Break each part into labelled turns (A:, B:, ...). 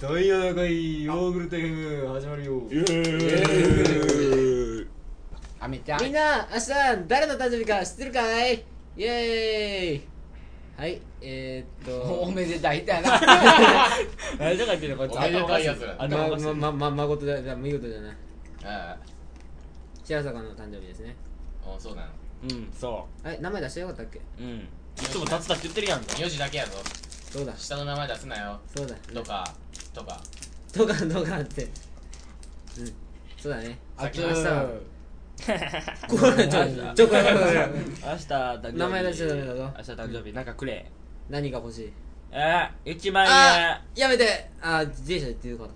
A: 第7回ヨーグルト FM 始まるよ
B: イエーイ
C: あめちゃん
D: みんな明日誰の誕生日か知ってるかいイエーイはいえー、っ
C: お
D: と
C: めでたいだな
D: あれとか言ってるのこいつ
B: おめでたいやつら
D: あ
B: だ
D: まままままことだだ見事じゃない
B: あ
D: 白坂の誕生日ですね
B: あそうなの
E: うんそ
D: え名前出してよかったっけ
E: ううんいつも立つだって言ってるやんか
B: 名字だけやぞ
D: そうだ
B: 下の名前出すなよ
D: そうだ
B: とかとか
D: とかとかってうんそうだね
C: あつ
D: 明日は
C: ー
D: これちょちょこれこれこれ
E: 明日誕生日
D: 名前出しちゃダメだぞ
E: 明日誕生日なんかくれ
D: 何が欲しい
E: えー、1万円
D: あーやめてあー自転車で言ってるかと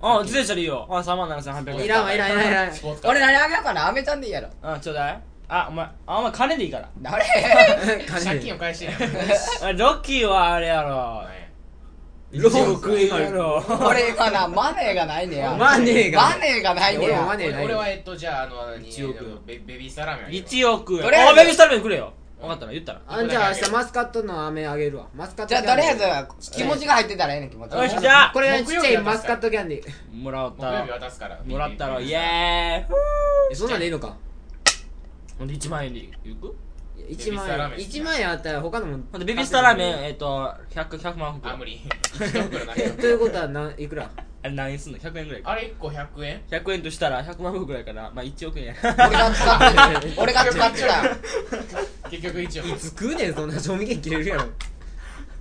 D: 思
E: あ
D: っ
E: 自転車でいいよあ3万7800円
D: たいらんわいらんいらんいらん
B: スポーツカー
C: 俺何あげようかなあめちゃんでいいやろ
E: うんちょうだいあお前あお前金でいい から
C: 誰
B: 借金を返して んやん
E: あロッキーはあれやろ
D: 6円
E: あれやろ
C: 俺かなマネーがないねや
D: マネーが
C: マネーがないね
D: 俺もマ
C: や
D: ネーない
B: 俺はえっとじゃああの何
D: 一億の
B: ベベビーサラミあげよ
E: 1
B: う
E: 億円
C: とりあえず
E: あベビースタルメンくれよ分かったな言ったら
D: あんじゃあ明日マスカットの飴あげるわマスカット
C: じゃあ
D: キャ
C: と
D: ン
C: り
D: ディー
C: あえず気持ちが入ってたらええねん気持ち
E: よっしゃ
D: これちっちゃいマスカットキャンディー
E: もらおっ
B: 木曜
E: た
B: 日渡すから
E: もらったらイ
B: ー
E: エーイ
D: えそんなんでいいのか
E: ほんで1万円でいく
D: いや
B: ベビー
D: 1万
B: スターラーメン
D: 円1万円あったら他のも
E: ほんでベビースターラーメン
D: ン
E: えっと 100, 100万
B: あ無
E: 袋
B: 理一袋だ け
D: えということはないくら
E: あれ何円すんの100円ぐらいか
B: あれ1個100円
E: 100円としたら100万袋やからまあ1億円や
C: 俺が使ってる俺が使ってたよ
B: 結局一応
D: いつ食うねんそんな賞味期限切れるやろ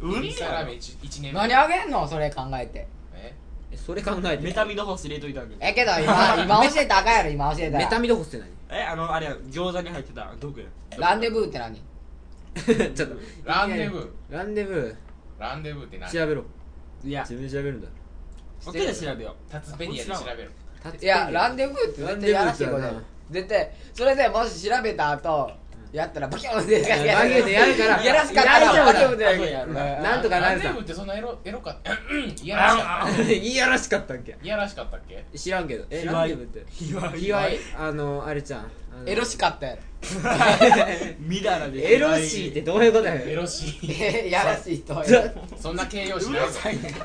B: ベビーサラミ1年
C: 何あげんのそれ考えて
B: え
D: えそれ考えて
E: メタミドホス入れといたんで
C: ええけど今今教えたらあかんやろ今教えた
D: メタ
C: ら
D: ミドホスって何
E: えあのあれや餃子に入ってた毒や
C: ランデブーって何
D: ちょっと
B: ランデブー
D: ランデブ
B: ランデブーって
D: ー
B: 何
D: 調べろ
E: いや
D: 自分で調べるんだ
E: オッケーで調べよ
B: タツペディアで調べろ
D: たって
C: いやランデブーって絶対やらしいことやろ絶対それでもし調べた後やったらバキョンって
D: いやバキューでやるから
C: やらしかったらバキョンってや
E: 大丈夫だ
C: る
E: よ
C: うん
D: なんとかな
B: ラン
D: る
B: デ
D: さ
B: ブーってそんなエロエロか いやらしかっ
D: いやらしかったっけ
B: たいやらしかったっけ
D: 知らんけどえ
E: 卑猥
D: ランデブーって
E: 卑猥
D: 卑猥あのあれちゃんあの
C: エロしかったやろ
E: みだらで
D: エロしいってどういうことや
B: エ
D: ねん
B: ロしい
C: えやらしいとは
D: ち
C: 言
D: ょ
C: う
B: そんな形容詞ないぞ。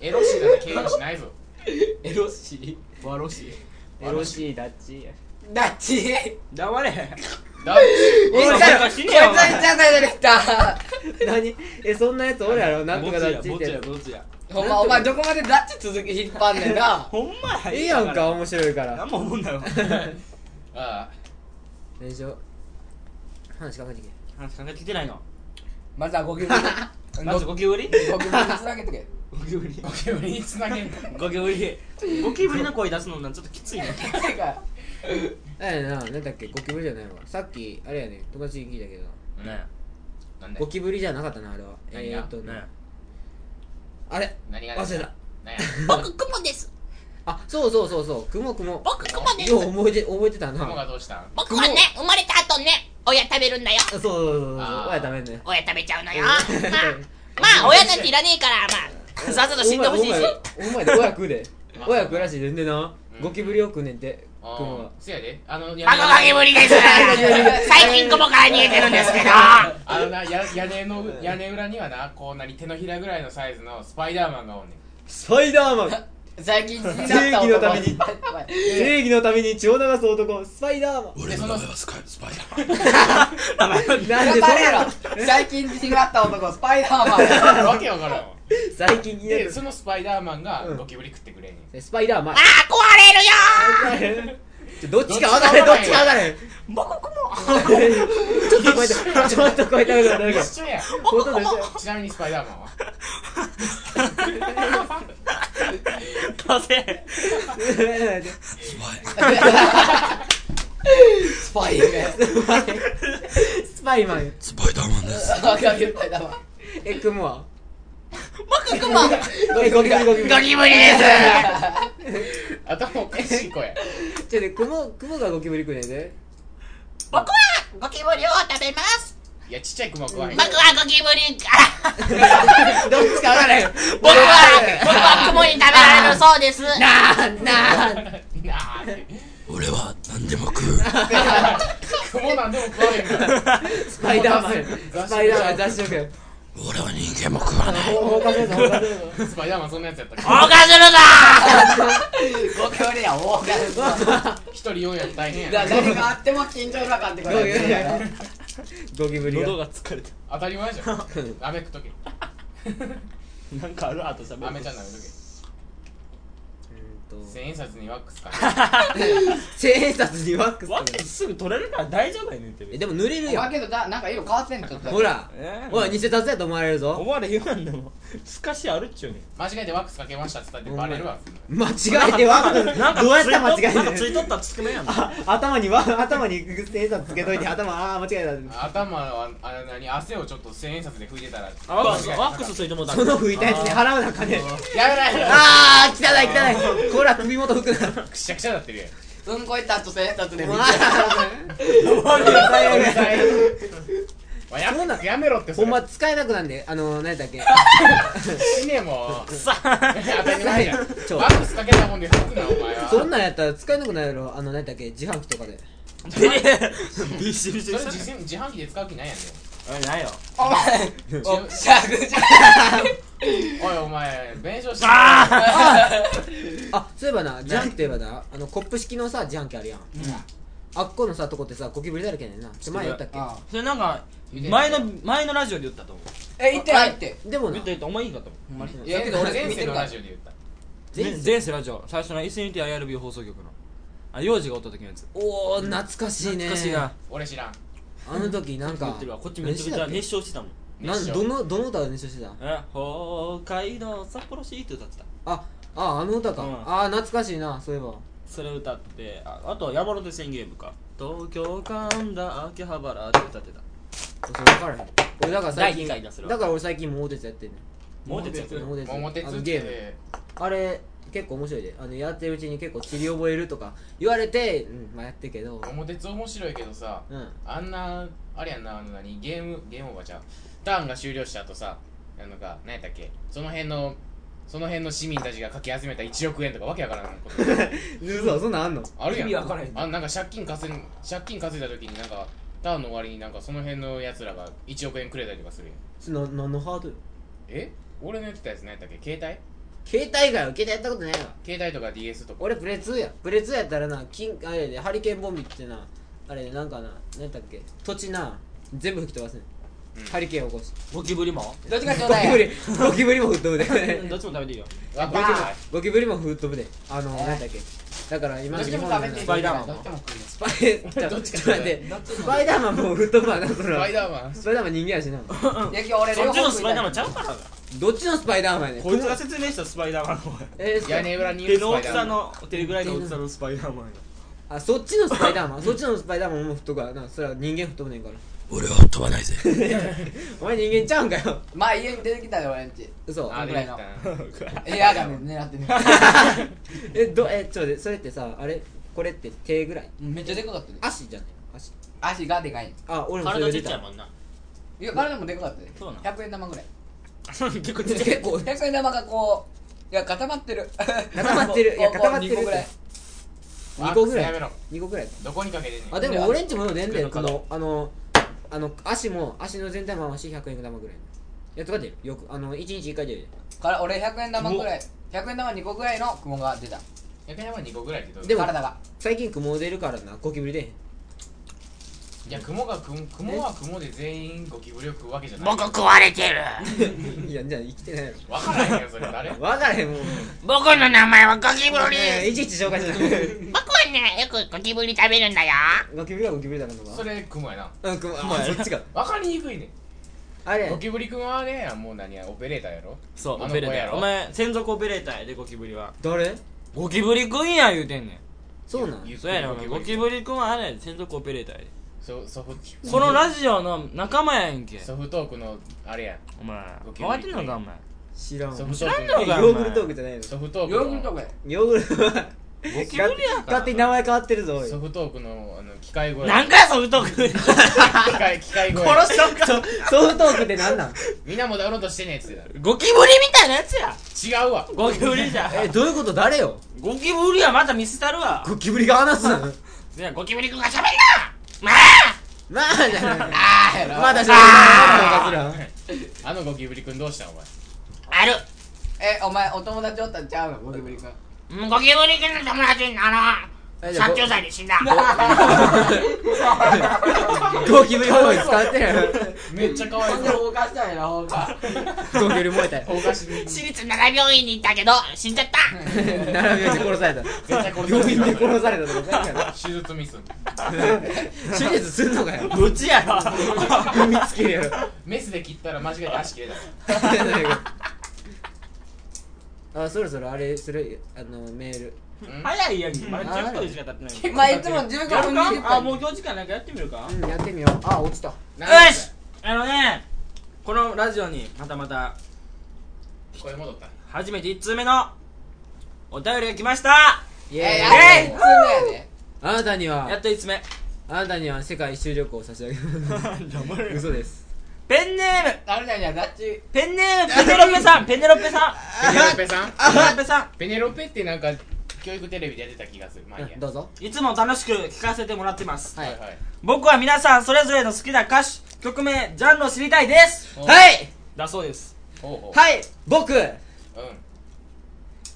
B: エロしいなんて形容詞ないぞ。
E: エロしいわろしい
D: エロしいダッチ
C: ダッチえ
E: 黙れ
B: だって
C: ちゃんこいつ
E: なんか死ねよお前
C: ちゃんだよレクター
D: 何 えそんなやつおるやろなんとかダッチっ
E: ボツや
D: て
E: ボツや
C: ほんまお前どこまでダッチ続き引っ張んねんな
E: ほんま
D: いいやんか面白いから
E: 何も思うんだよ
B: あ
D: 大丈夫話考えてけ
E: 話考えてきてないの
C: まずはゴキブリ
E: まずゴキブリ
C: ゴキブリにつなげてけ
E: ゴキブリ
B: あ、ゴキブリにつなげんの。
E: ゴキブリゴキブリの声出すのなんちょっときついね
C: てか
D: あれやななんだっけゴキブリじゃないわさっきあれやね友達に聞いたけど
E: ね
B: なんだ
D: ゴキブリじゃなかったなあれは
B: 何
D: え
B: が
D: ーっとね
E: ね
D: あれ
B: 何が
D: 忘れた
B: 何や
F: 僕クモです
D: あそうそうそうそうクモクモ
F: 僕クモです
D: よう覚えて覚えてたな
B: 雲
D: あ
B: がどうしたん
F: 僕はね生まれた後ね親食べるんだよ
D: そうそうそうそう
B: あー
D: 親ダメね
F: 親食べちゃうのよま
D: う
F: あ
D: ん
F: まあ親なんていらねえからまあさっさと死んでほしいし
D: お前お前お前で親食うで
B: まあ
D: 親食うらしいでんでな
B: うん
D: ゴキブリを食うねんてク
B: あ
D: モが
B: ーせやで。あの、屋
F: 孫がけぶりです最近雲から逃げてるんですけど
B: あのな、や屋根の、屋根裏にはな、こうなに手のひらぐらいのサイズのスパイダーマンがおんねん。
D: スパイ ダーマン
C: 最近気になった
D: 正義のために
C: お前
D: 正義のために血を流す男スパイダーマ ン
B: で、その、
D: なん
C: 頑
D: でそ
C: 張
D: れ
C: れ
D: や
C: ろ最近気になった男スパイダーマン
B: わけわからんわ。
D: 最近気にな
B: で、
D: る
B: そのスパイダーマンが
D: うん
B: ゴキブリ食ってくれんねん。
D: スパイダーマン
F: ああ壊れるよ
D: ちょどっちか分かれんどっちか分かれん僕もちょっと超えたちょっと超えたから誰か
B: 一緒やん。
D: ほとんど一緒
B: ちなみにスパイダーマンは
E: 風
C: スパイね
D: スパイマンよ
C: わかるスパイダーマン
D: えクモは
F: 僕クモ
D: えゴキブリゴキブ
F: ゴ
D: リ
F: キブリです
B: 頭おかしい子や。
D: ちょっとクモクモがゴキブリ食うねんで
F: 僕はゴキブリを食べます
B: いや、ちっちゃい雲食わへん。
F: 僕はゴキブリから
D: どっちか分かれん
F: 僕は僕はクモに食べられるそうです
B: なあって。
E: 俺は何でも食う
B: 雲なんでも食わへんから。
D: スパイダーマンスパイダーマン雑誌職
E: 俺は人間も食わない
D: 放火するぞ放火するぞ
B: スパイダーマンそんなやつやったっけ
F: 放火するな
C: ご協力や大金
B: 一人4役大変や
C: だ
B: な
C: から何があっても緊張なかってことやね
D: ゴキブリ
E: 喉
D: が
E: が疲れた
B: 当たり前じ ゃん雨食っとけ
E: なんかあるあとさ
B: 雨ちゃん舐めとけ
D: うーんと
B: 千円札にワックスか
D: 千円札にワックス
E: ワ
D: か
E: ックスすぐ取れるから大丈夫やねんて
D: えでも塗れるや
C: だ
D: ん
C: けどだなんか色変わってんのちょっと
D: ほら
E: えー
D: おい偽札やと思われるぞ
E: 思われへんわんでも透かしあるっちゅうねん
B: 間違えてワックスかけましたっつったってバレるわ
D: 間違えてワックス
E: なんか
D: どうやっ
E: つい
D: た
E: と
D: ら間違
E: なんか
D: え
E: つ
D: て
E: い
D: る
E: とったつくねやん
D: あ頭にわ頭に千円札つけといて頭ああ間違え
B: 頭はあれ何汗をちょっと千円札で拭いてたら
E: あワックスワックスついてもう
D: た
E: た
D: その拭いたやつに払うな金
B: やめない
D: ああ汚い汚いこら首元拭くな
B: くしゃくしゃなってるやん
C: うんこいったと千円札で見て
B: おいや
D: そうなん
B: やめろってそ
D: ほ
B: れ
D: んま使えなくなんであの何だっけ
B: 死ねも う
E: くさ
B: 当たり前じゃんワ
D: ちょ
B: ックスかけたもんで吐くなお前は
D: そんなんやったら使えなくなるやろあの何だっけ自販機とかで
E: ビリビシビ
B: そ
E: シ
B: れ
E: ビ
B: 自
E: シ
B: 自販機で使う気ないやんね
E: おいないよ
C: お前おしゃぐしゃ
B: おいお前弁償して
D: あそういえばな自販機といえばなあのコップ式のさ自販機あるやんあっこのさとこってさゴキブリだらけやねんなちょ前言ったっ
C: あ
E: それなんか前の前のラジオで言ったと思う
C: え行って入って
D: けでもな
E: 言った言ったお前いいかと思うほんまに
C: いやけど俺
B: 前
C: 見て
B: 世
C: る
B: の
C: から
B: ラジオで言った
E: 前前世ラジオ最初の SNTIRB 放送局のあ幼児がおった時のやつ
D: おお懐かしい
E: 懐
D: ね
E: かしいな
B: 俺知らん
D: あの時なんか
E: 言ってるわこっちめちゃくちゃ熱唱してたもん
D: な
B: 熱
D: ん
B: 唱
D: どのどの歌を練習してた
E: え北海道札幌市って歌ってた
D: あああの歌か、
E: うん
D: ああ懐かしいなそういえば
E: それ歌ってああと山手線ゲームか東京神田秋葉原って歌ってた
D: それ分からへん俺だから最近
E: 第一回だそれは
D: だから俺最近モーテツやってんね
E: もう出てやってる
D: モーテツ
B: 桃鉄
D: あ
B: っ
D: の
B: て
D: ゲームあれ結構面白いであのやってるうちに結構釣り覚えるとか言われて、うん、まあやってけど
B: 桃鉄面白いけどさ
D: うん
B: あんなあれやんなあの何ゲームゲームおばちゃんターンが終了した後さなんか何やったっけその辺のその辺の市民たちがかき集めた1億円とかわけわからんこと
D: 嘘そんなんあんの
B: あるやん
E: 意味わからへん
B: あなんか借金稼い借金稼いだ時になんかターンの終わりになんかその辺のやつらが1億円くれたりとかするやん
D: その何のハードル
B: え俺の言ってたやつ何やったっけ携帯
D: 携帯外は携帯やったことないわ
B: 携帯とか DS とか
D: 俺プレ2やプレ2やったらな金あれやでハリケーンボンビってなあれやでなんかな何やったっけ土地な全部吹き飛ばせん、
B: うん
D: ハリケーン起こす
E: ゴキブリも
C: どっちがちょう
D: ゴ
C: だ
D: キ
C: い
D: ブ
C: や
D: リゴキブリも吹っ飛ぶで
E: どっちも食べていいよ
B: あ
D: ゴキブリ
B: バー
D: ゴキブリも吹っ飛ぶであの、
C: えー
D: なんだっけだから今
C: ど
D: の
C: っち
D: 日
C: も
D: 本
C: 食べ
D: の
C: て
D: ス
E: スパイダーマン
C: どっちも食うよ
D: パイ
B: どっち
D: ちょっ
B: か
D: と待ってスパイダーマンも吹っ飛ぶわなそ
B: ス
D: ら
B: パイダーマン
D: スパイダーマン人間やしな
C: 野球俺
E: そ
C: 両
E: っち
C: 方
E: の
C: 食
E: ス
C: い
E: パ
C: た
E: イダー
C: い
E: マンちゃうからな
D: どっちのスパイダーマンやねん
E: こいつが説明したスパイダーマンの
D: えー、
B: 屋根裏にい
E: 手
B: るス
E: の
B: パ
E: 大
B: イ
E: き
B: ダ
E: さ
B: ーマン
E: の手のぐらいの大きさのスパイダーマンよ
D: あそっちのスパイダーマンそっちのスパイダーマンも吹っ飛ぶからなそら人間吹っ飛ぶねんから
E: 俺は飛ばないぜ
D: お前人間ちゃうんかよ
C: まあ家に出てきたで俺んち
D: 嘘
B: あ出てきたな
C: エアガンで狙ってる
D: えどえちょっと待ってそれってさあれこれって手ぐらい
C: めっちゃでかかったね
D: 足じゃない足
C: 足がでかい
D: あ俺もそれ
E: 体
D: で
E: ちっ
D: 出
E: ちゃい
D: た
E: も んない
C: や体もでかかったね
E: そうなの
C: 100円玉ぐらい
E: 結構ちっちゃい
D: 結構
C: 100円玉がこういや固まってる
D: 固まってるいや
C: こう
D: 固まってる
C: こう二個ぐらい
D: 2個ぐ
B: あ
D: ら
B: やめ
D: い
B: ろ
D: 2個ぐらい
B: どこにかけてんねん
D: あでも俺んちもよう出んだ
E: 机
D: よ
E: の
D: こ
E: 角
D: のあのあの足も足の全体も足100円玉ぐらいのやつが出るよくあの1日1回出る
C: から俺100円玉ぐらい100円玉2個ぐらいの雲が出た
B: 100円は2個ぐらいってどういうこと
D: でも
C: 体が
D: 最近雲出るからなゴキブリ出へん
B: いや、雲が雲、雲は雲で全員ゴキブリを食うわけじゃない。
F: 僕食われてる
D: いやじゃあ生きてないやろ
B: わからへんよ、それ誰
D: 分からへんもう
F: 僕の名前はゴキブ
D: ねえ
F: リ
D: いちいち紹介しない
F: 僕はね、よくゴキブリ食べるんだよ
D: ゴキブリはゴキブリだからの
B: そ
D: か
B: れ雲やな。
D: うん雲あそっちか
B: わかりにくいね
D: あれ
B: ん。ゴキブリ君はあれやん、もう何や、オペレーターやろ
E: そう
B: あ
E: オ
B: の
E: ペ
B: 子
E: レーター
B: や
E: や
B: ろ
E: お前専属オペレーターやでゴキブリは
D: 誰
E: ゴキブリくんや言うてんね
D: そうなん
E: んそうやねんお前ゴキ
B: リ。
E: ブリくんはあれや専属オペレーターやで
B: そソフ
E: このラジオの仲間やんけ
B: ソフトークの、あれやん。
E: お前
B: ゴキ
E: 分か
B: ブリ
E: ってんのかお前
D: 知らん
B: ソ
D: ヨ
B: フト
E: 知
B: ー
E: らん
B: ク
E: のか
D: ーグルトークじゃないの
B: の、ソフトークの
C: ヨーグルトぐらい
D: ヨーグルトは
E: ゴキブリやから
D: 勝手に名前変わってるぞおい
B: ソフトークの、あの、機 械声。
E: 何回ソフトクー
B: 機械、機械声。
D: 殺しとくソフトークってなんなん
B: みんなもダウンロードしてねえっつっ て
E: ゴキブリみたいなやつや
B: た違うわ。
E: ゴキブリじゃ
D: えどういうこと誰よ
E: ゴキブリはまた見せたるわ
D: ゴキブリが話すな
E: いやゴキブリくんが喋る
F: まあ
D: まあなる
B: あーやろ
D: まだしま
B: あ
D: だする
B: ーあのゴキブリくんどうしたお前
F: ある
C: えお前お友達おったんちゃうのゴキブリ君
F: うんゴキブリ君の友達にあの
D: えじゃあ
F: 30歳で死んだ
D: ゴキブリホイ使ってる
B: めっちゃかわい
C: ほんで
B: そう
C: 放火したんやな放火
D: ゴキブリ燃えたよ
B: おかしいめっ
F: 私立奈良病院に行ったけど死んじゃった
D: 並び打ち殺された
B: ちゃ殺
D: 病院で
B: され
D: 殺されたとか
B: た手術ミス
D: 手術すんのかよ
E: どっちやろ
D: 踏みつけるやろ
B: メスで切ったら間違えて足切れた
D: あそろそろあれするあのメール
B: うん
E: 早いやんまだ10分しか経ってない
B: 結構
C: まあいつも15分20分
E: あもう今日時間なんかやってみるか
D: うんやってみようあ落ちた
B: なんだ
E: しあのねこのラジオにまたまた
B: これ戻った
E: 初めて1通目のお便りが来ました
D: イ
C: え
D: エ
C: や
D: ーイ
C: っと普通のやで
D: あなたに
E: やっ
D: は
E: と1つ目
D: あなたには世界一周旅行を差し上げ ます
E: じゃあお前ら
D: 嘘です
E: ペンネーム
C: あれだじゃラッチ
E: ペンネームペネロペさんペネロペさ
B: ペネロペさ
E: ん
B: ん
E: ペネロペさん
B: ペネロペってなんか教育テレビでやってた気がするまあいいや
D: どうぞ
E: いつも楽しく聞かせてもらってます
D: はい
B: はい
E: 僕は皆さんそれぞれの好きな歌手曲名ジャンルを知りたいです
B: い
D: はい
E: だそうです
B: ほうほう
D: はい僕
B: うん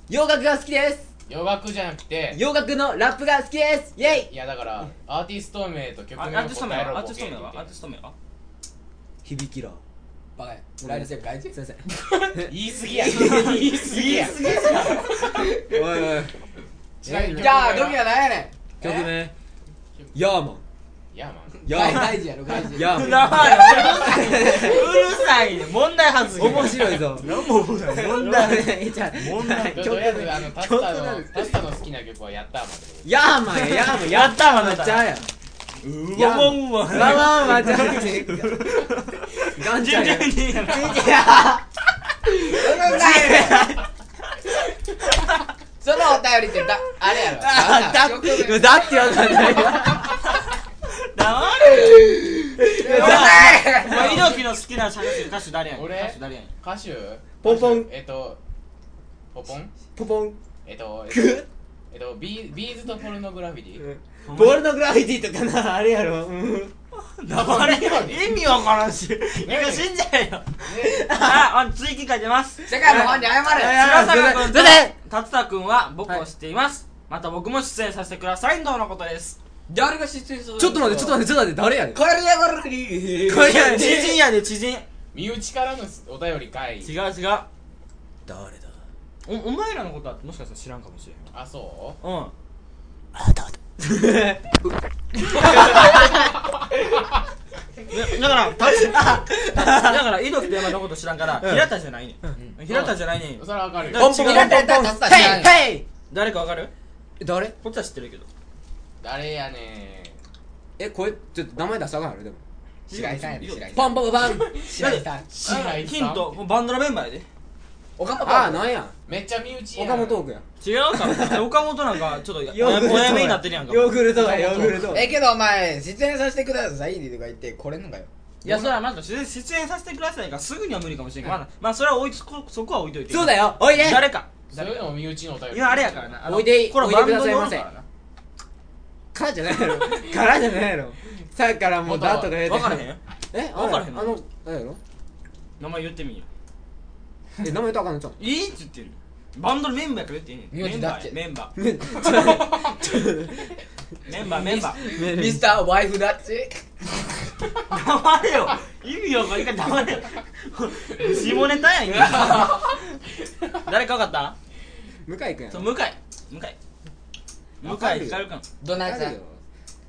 D: 洋楽が好きです
B: 洋楽じゃなくて
D: 洋楽のラップが好きですイェイ
B: いやだからアーティスト名と曲
E: あア
B: 名
E: ー
B: を
E: ティスト名
B: 答えろ
E: はア
B: ボ
E: ーティス
B: ケ
E: ト
B: って
E: 名
B: 言
E: は
B: っ
E: ア
B: て
E: ーティスト名は
D: 響きら
C: バカや来世界一
D: 先生
B: 言い過ぎや言い過ぎや
D: おいおい
B: ちなみに
C: じゃあ
B: 曲
C: ドキ
B: 名は
C: は何やね
D: 曲名ヤーマン
B: ヤーマン
C: ん
D: ヤ
C: 外
D: ーマン
C: 外事やろ外事
D: ヤーマ
E: なあ うるさいね問題発
D: ン
E: 言
D: 面白いぞ
E: 何も思うない
D: 問題じゃ
E: 問題
B: とりあえずあのタスタ
D: 曲な
B: の
D: んです
B: タスタの好きな曲はやったーマンってことで
D: ヤーマンやヤーマン
E: やったわあなた
D: ち ゃうやん
E: う
D: や
E: わ
D: ん
E: もんわ
D: ワンワンワン ちゃうやんガンちゃうやん
E: 12人やな
C: そのお便りってだあれやろ
D: あだ
C: 曲
D: ってだってわかんない
E: 黙れ
D: だ
E: お前猪木の好きな歌手歌手誰やねん
B: 俺
E: 歌手誰やねん
B: 歌手
D: ポンポン
B: えっとポポン
D: ポポン
B: えっとえっと
D: グ
B: えっとビービーズとポルノグラフィティ
D: ッボールのグラフィティとかなあれやろうん
E: 黙れ意味わからんし今死んじゃえよああ追記書いてます
C: 世界のファンに謝れ
E: 白坂君と
D: すいません
E: 達田君は僕を知っています、また僕も出演させてくださいとのことです
C: 誰が失踪する
D: ちょっと待ってちょっと待ってちょっと待って誰やねん
C: これでゴルフリー
D: これやねん
E: 知人やで知人違
B: 身内からのお便り会
E: う違う
D: 誰だ
E: おお前らのことはもしかしたら知らんかもしれん
B: あそう
E: うんあ だ だから達だから井戸木と山のこと知らんから平田じゃないねん、平田じゃないねん
B: それはわかるよ
E: ポン
D: ポン
C: 平田やったら助かる
D: ヘイヘイ
E: 誰かわかる
D: 誰
E: こっちは知ってるけど
B: 誰やね
D: えこれちょっと名前出したらあかんやろでも
C: 白井さんやで白井さん
D: パンパンパン
C: 白井さん
B: 白井さん
E: ヒントもうバンドのメンバーやで
C: 岡本
D: ああなんや
B: んめっちゃ身内やん
D: 岡本トークや
E: 違うか岡本なん かちょっとおやめになってるやんか
D: ヨーグルトがヨーグルト
C: えけどお前出演させてくださいとか言ってこれんのかよ
E: いやそれはまず出出演させてくださいがすぐには無理かもしれんからまあまあそれは置いそこそこは置いといて
D: そうだよおいで
E: 誰か
B: そういうのも身内のお便り
E: 今あれやからなあの
D: おいでい
E: これ
D: おいで
E: バン
D: くだ
E: ド
D: さい
E: の
D: ませからじゃないやろからじゃないやろさっきからもうだとか言うて
E: 分からへん
D: え
E: わからへん
D: あのあれやろ
E: 名前言ってみんよ
D: え名前言ったらあかんのちゃう
E: いいっつってんのバンドのメンバーやから言っていいねんメン
C: 名字だ
E: バ
C: っけ
E: ーメンバ
D: めっちゃ
E: ーメンバーメンバー
C: ミスターワイフダッチ
E: 黙れよ意味わかんない黙れよ下ネタやん今誰か分かった
D: 向井君や
E: そ
D: ろ
E: う向井向井向
D: わか
E: 井
D: るよ
E: 光君
C: どないさ
D: 誰
C: ん
D: よ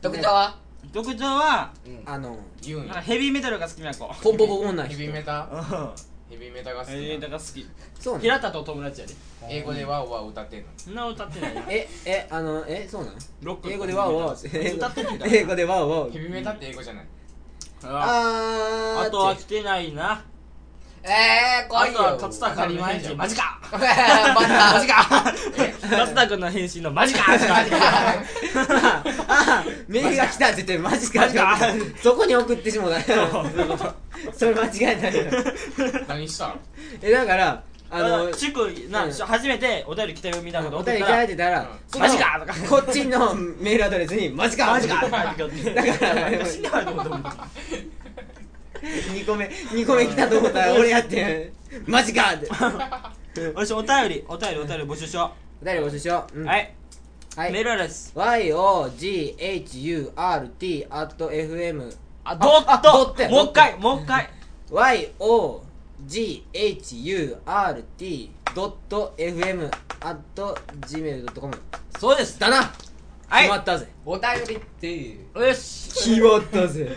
C: 特徴は
E: 特徴は
D: あの
B: 言う
E: な
B: ん
E: んか
B: や
E: ヘビーメタルが好きな子
D: ポンポコ女
B: ヘビ
D: 人
B: ーメタ
E: うん
B: ヘビーメタが好き
E: ヘビーメタ
B: な
E: ルが好き
D: そうな
E: 平
D: の
E: 田と友達やで
B: 英語でワウワウ歌ってんの
E: そんな歌ってないよ
D: ええあのえそうなの
E: ロック
D: 英語でワオワオ
E: 歌ってみた
D: 英語でワオワオ
B: ヘビーメタって英語じゃない
E: あ
D: あー
E: あとは来てないな
C: えー
E: あ
C: 来い
E: とは
C: よ
E: 勝田君の返信マジか
C: バ カ
E: マジか勝田君の返信のマジかマジか
D: ああメールが来たって言ってマジか
E: マジか
D: そこに送ってしもうたそれ間違えたよ
B: 何したん
D: えだから あの
E: チクな、
D: うん
E: 初めてお便り来たよみたいなこと
D: お
E: 送
D: 便
E: っ
D: り
E: た
D: いただ
E: ら
D: いてたら、
B: うん
D: その
E: マジかとか
D: こっちのメールアドレスにマジか
E: マジか
D: だ
E: と
D: か
E: か言ってきよって
D: ら
E: 死んではると思ったもん
D: 2個目2個目来たと思ったら俺やってんマジかって
E: よしお便りお便りお便り募集しよ
D: 誰募集しよう、う
E: う、
D: ん
E: はい、
D: はい
E: メールアドレス
D: yoghurt at fm
E: あドット
D: あドットや
E: もう一回もう一回
D: yoghurt.fm at gmail.com
E: そうです
D: だな
E: はい
D: 決まったぜ
C: お便りっていう
E: よし
D: 決まったぜ